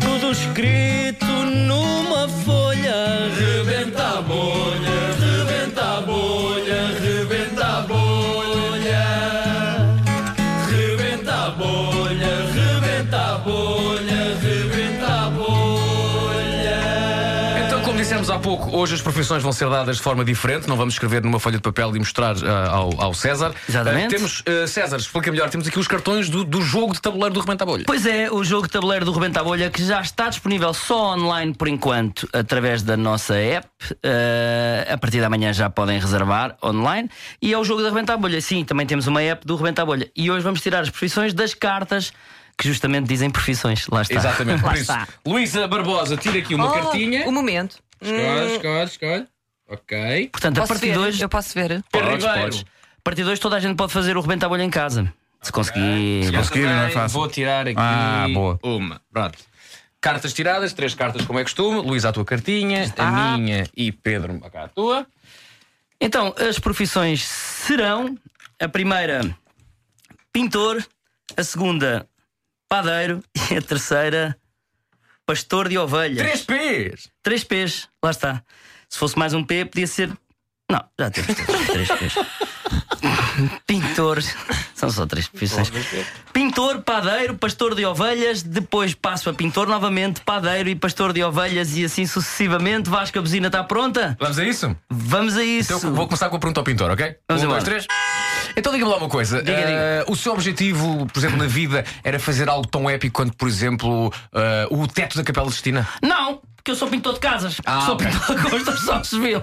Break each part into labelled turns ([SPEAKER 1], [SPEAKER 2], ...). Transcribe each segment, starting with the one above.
[SPEAKER 1] tudo escrito numa folha.
[SPEAKER 2] Rebenta a bolha, rebenta a bolha, rebenta a bolha. Rebenta a bolha, rebenta a bolha, rebenta a bolha.
[SPEAKER 3] Então, como dissemos há pouco, hoje as profissões vão ser dadas de forma diferente, não vamos escrever numa folha de papel e mostrar ah, ao, ao César.
[SPEAKER 1] Exatamente.
[SPEAKER 3] Ah, temos, ah, César, explica melhor, temos aqui os cartões do, do jogo de tabuleiro do Rebenta a Bolha.
[SPEAKER 1] Pois é, o jogo de tabuleiro do Rebenta a Bolha que já está disponível só online por enquanto através da nossa app. Eh, a partir de amanhã já podem reservar online. E é o jogo da Rebenta a Bolha. Sim, também temos uma app do Rebenta a Bolha. E hoje vamos tirar as profissões das cartas que justamente dizem profissões. Lá está.
[SPEAKER 3] Exatamente,
[SPEAKER 1] Lá
[SPEAKER 3] por isso.
[SPEAKER 1] está. um-
[SPEAKER 3] Luísa Barbosa, tira aqui uma
[SPEAKER 4] Oh,
[SPEAKER 3] cartinha.
[SPEAKER 4] O momento. Hum,
[SPEAKER 3] Escolhe, escolhe, escolhe. Ok.
[SPEAKER 1] Portanto, a
[SPEAKER 4] Posso
[SPEAKER 1] partir
[SPEAKER 4] ver?
[SPEAKER 1] de hoje,
[SPEAKER 4] Eu posso ver.
[SPEAKER 3] Pedro
[SPEAKER 1] Podes,
[SPEAKER 3] Ribeiro.
[SPEAKER 1] podes. a partir de hoje toda a gente pode fazer o Rebenta a Bolha em casa. Se conseguir.
[SPEAKER 3] Eu
[SPEAKER 5] conseguir,
[SPEAKER 3] também
[SPEAKER 5] não é fácil.
[SPEAKER 3] Vou tirar aqui
[SPEAKER 5] Ah, boa.
[SPEAKER 3] uma. Pronto. Cartas tiradas, três cartas como é costume. Luís, a tua cartinha,
[SPEAKER 1] Ah.
[SPEAKER 3] a
[SPEAKER 4] Está.
[SPEAKER 3] minha e Pedro, cá a tua.
[SPEAKER 1] Então, as profissões serão a primeira pintor, a segunda padeiro e a terceira pastor de ovelhas.
[SPEAKER 3] Três P's!
[SPEAKER 1] Três P's, lá está. Se fosse mais um P, podia ser. Não, já temos três, três P's. Pintor, são só três profissões. Pintor, padeiro, pastor de ovelhas, depois passo a pintor novamente, padeiro e pastor de ovelhas e assim sucessivamente. Vasco, a buzina está pronta?
[SPEAKER 3] Vamos a isso?
[SPEAKER 1] Vamos a isso.
[SPEAKER 3] Então vou começar com a pergunta ao pintor, ok?
[SPEAKER 1] Vamos
[SPEAKER 3] um,
[SPEAKER 1] embora.
[SPEAKER 3] dois, três. Então diga-me lá uma coisa.
[SPEAKER 1] Diga,
[SPEAKER 3] Eh,
[SPEAKER 1] diga.
[SPEAKER 3] O seu objetivo, por exemplo, na vida era fazer algo tão épico quanto, por exemplo, eh, o teto da Capela de Destina?
[SPEAKER 1] Não, porque eu sou pintor de casas.
[SPEAKER 3] Ah,
[SPEAKER 1] sou
[SPEAKER 3] ok.
[SPEAKER 1] pintor de construção civil.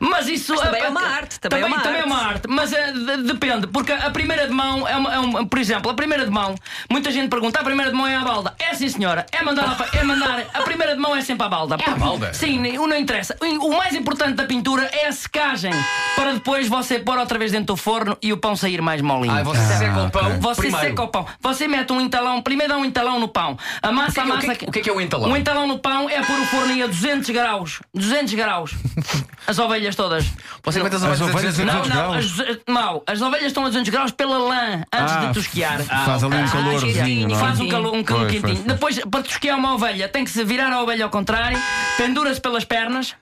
[SPEAKER 1] Mas isso
[SPEAKER 4] também
[SPEAKER 1] ah,
[SPEAKER 4] é uma arte, também é uma
[SPEAKER 1] também
[SPEAKER 4] arte.
[SPEAKER 1] arte. Mas ah, de- depende, porque a primeira de mão é uma, é uma- Por exemplo, a primeira de mão, muita gente pergunta: a primeira de mão é a balda. É sim, senhora. É mandar. a pa- É mandar a primeira de mão é sempre a balda. É a
[SPEAKER 3] balda?
[SPEAKER 1] Sim, o não interessa. O o mais importante da pintura é a secagem para depois você pôr outra vez dentro do forno e o pão sair mais molinho.
[SPEAKER 3] Ah, você seca o pão.
[SPEAKER 1] Você
[SPEAKER 3] primeiro.
[SPEAKER 1] seca o pão. Você mete um entalão, primeiro dá um entalão no pão. Amassa,
[SPEAKER 3] O que é que-
[SPEAKER 1] amassa.
[SPEAKER 3] o que é que- o que é que é um entalão?
[SPEAKER 1] Um entalão no pão é pôr o forninho a 200 graus. 200 graus. As ovelhas todas.
[SPEAKER 3] Você
[SPEAKER 1] Não-
[SPEAKER 3] metas
[SPEAKER 5] As ovelhas a
[SPEAKER 1] não,
[SPEAKER 5] 200
[SPEAKER 1] não,
[SPEAKER 5] graus?
[SPEAKER 1] as, não, as ovelhas estão a 200 graus pela lã antes
[SPEAKER 5] Ah,
[SPEAKER 1] de tosquear.
[SPEAKER 5] Faz ali um
[SPEAKER 4] Ah,
[SPEAKER 5] calorzinho.
[SPEAKER 4] quentinho,
[SPEAKER 5] não é?
[SPEAKER 1] Faz um calor, um calor
[SPEAKER 5] Pois,
[SPEAKER 1] quentinho.
[SPEAKER 5] pois, pois.
[SPEAKER 1] Depois, para tosquear uma ovelha, tem que se virar a ovelha ao contrário, pendura-se pelas pernas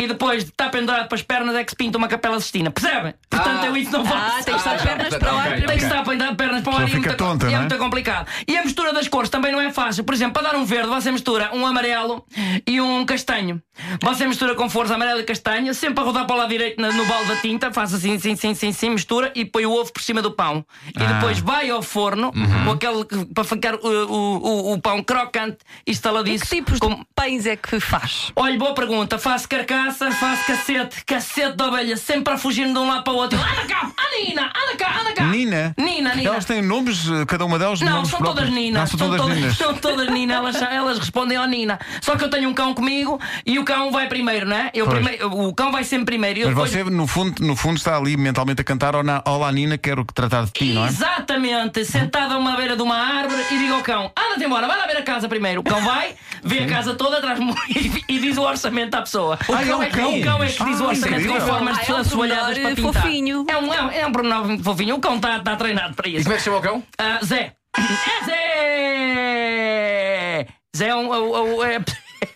[SPEAKER 1] e depois de estar pendurado pelas pernas é que se pinta uma capela cestina. Percebe? Portanto,
[SPEAKER 3] Ah.
[SPEAKER 1] eu isso não
[SPEAKER 4] Ah,
[SPEAKER 1] faço.
[SPEAKER 4] tem que estar de pernas para o ar.
[SPEAKER 3] Ok,
[SPEAKER 1] é? Tem que estar a pendar pernas para o ar e é
[SPEAKER 5] fica
[SPEAKER 1] muito,
[SPEAKER 5] tonta,
[SPEAKER 1] e é
[SPEAKER 5] não é?
[SPEAKER 1] muito complicado. E a mistura das cores também não é fácil. Por exemplo, para dar um verde, você mistura um amarelo e um castanho. Você mistura com força amarelo e castanho, sempre a rodar para o lado direito na- no balde da tinta, faz assim, sim, sim, sim, sim, mistura e põe o ovo por cima do pão. E
[SPEAKER 5] Ah.
[SPEAKER 1] depois vai ao forno
[SPEAKER 5] Uhum.
[SPEAKER 1] com aquele que- para ficar uh, o, o, o pão crocante e
[SPEAKER 4] E
[SPEAKER 1] estaladiço.
[SPEAKER 4] que tipos
[SPEAKER 1] com-
[SPEAKER 4] de pães é que faz?
[SPEAKER 1] Olha, boa pergunta. Faço carcaça, faço cacete, cacete de ovelha, sempre a fugir de um lado para o outro. Anda cá, a Nina, anda cá, anda cá.
[SPEAKER 5] Nina?
[SPEAKER 1] Nina, Nina.
[SPEAKER 5] Elas têm nomes, eh, cada uma delas?
[SPEAKER 1] Não,
[SPEAKER 5] nomes
[SPEAKER 1] são
[SPEAKER 5] próprios.
[SPEAKER 1] todas Nina.
[SPEAKER 5] Não, são todas Ninas.
[SPEAKER 1] são todas Nina. Elas, elas respondem ao Nina. Só que eu tenho um cão comigo e o cão vai primeiro, não é? Eu
[SPEAKER 5] Pois.
[SPEAKER 1] primeiro- o cão vai sempre primeiro. e eu
[SPEAKER 5] Mas
[SPEAKER 1] depois-
[SPEAKER 5] você, no fundo, no fundo, está ali mentalmente a cantar "Olá, Olá Nina, quero tratar de ti, não é?
[SPEAKER 1] Exatamente, sentado a uma beira de uma árvore e digo ao cão: anda-te embora, vai lá ver a casa primeiro. O cão vai, vê a casa toda, traz-me um- e, e diz o orçamento à pessoa. O,
[SPEAKER 5] Ah, é o
[SPEAKER 1] é, que-
[SPEAKER 5] cão.
[SPEAKER 1] o cão é que diz o
[SPEAKER 5] Ah,
[SPEAKER 1] orçamento
[SPEAKER 5] incrível.
[SPEAKER 1] conforme as
[SPEAKER 4] Ah, é um
[SPEAKER 1] pessoas assoalhadas para
[SPEAKER 4] pormenor,
[SPEAKER 1] pintar.
[SPEAKER 4] fofinho.
[SPEAKER 1] É um, é um, é um pormenor fofinho. O cão está está treinado para
[SPEAKER 3] E
[SPEAKER 1] isso.
[SPEAKER 3] como é que se chama o cão?
[SPEAKER 1] Ah, Zé. É Zé! Zé é, um, é o- é o- é a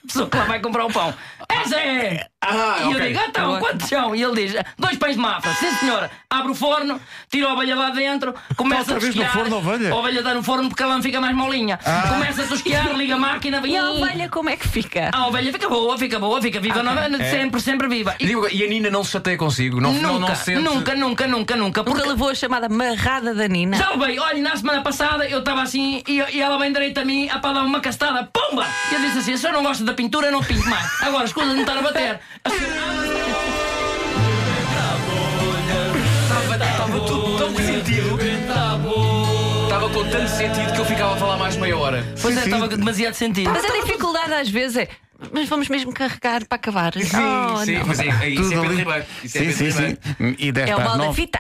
[SPEAKER 1] pessoa que lá vai comprar o pão. É Zé!
[SPEAKER 3] Ah,
[SPEAKER 1] e eu digo, então, quantos são? E ele diz, dois pães de mafra. Sim, senhora. Abre o forno, tira a ovelha lá dentro, começa
[SPEAKER 5] Tá Outra
[SPEAKER 1] a
[SPEAKER 5] vez no
[SPEAKER 1] tosquear.
[SPEAKER 5] forno a ovelha? Ah.
[SPEAKER 1] A ovelha está no forno porque a lã fica mais molinha. Começa a tosquear, liga a máquina.
[SPEAKER 4] E a ovelha como é que fica?
[SPEAKER 1] A ovelha fica boa, fica boa, fica viva. não- é?
[SPEAKER 5] É.
[SPEAKER 1] Sempre, sempre viva. E
[SPEAKER 3] Digo, e a Nina não se chateia consigo? Não, não, não
[SPEAKER 1] nunca,
[SPEAKER 3] sente...
[SPEAKER 1] nunca, nunca, nunca, nunca.
[SPEAKER 4] Porque levou a chamada marrada da Nina.
[SPEAKER 1] Já bem, olha, na semana passada eu estava assim e, e ela vem direito a mim a para dar uma castada, pumba! E eu disse assim: se eu não gosto da pintura, eu não pinto mais. Agora as coisas não estão a bater.
[SPEAKER 3] Estava tudo tão sentido. Estava com tanto sentido que eu ficava a falar mais meia hora.
[SPEAKER 1] Pois é,
[SPEAKER 5] sim.
[SPEAKER 1] estava com demasiado sentido.
[SPEAKER 4] Mas a dificuldade às vezes é. Mas vamos mesmo carregar para acabar.
[SPEAKER 3] Sim,
[SPEAKER 4] Oh,
[SPEAKER 3] sim,
[SPEAKER 4] não.
[SPEAKER 3] mas é, é, isso é
[SPEAKER 5] Tudo
[SPEAKER 3] Pedro
[SPEAKER 5] ali.
[SPEAKER 3] Ribeiro. Isso é
[SPEAKER 5] Sim,
[SPEAKER 3] Pedro
[SPEAKER 5] sim,
[SPEAKER 3] Ribeiro.
[SPEAKER 5] sim. E deve
[SPEAKER 4] É o
[SPEAKER 5] estar
[SPEAKER 4] mal da
[SPEAKER 5] nove.
[SPEAKER 4] fita.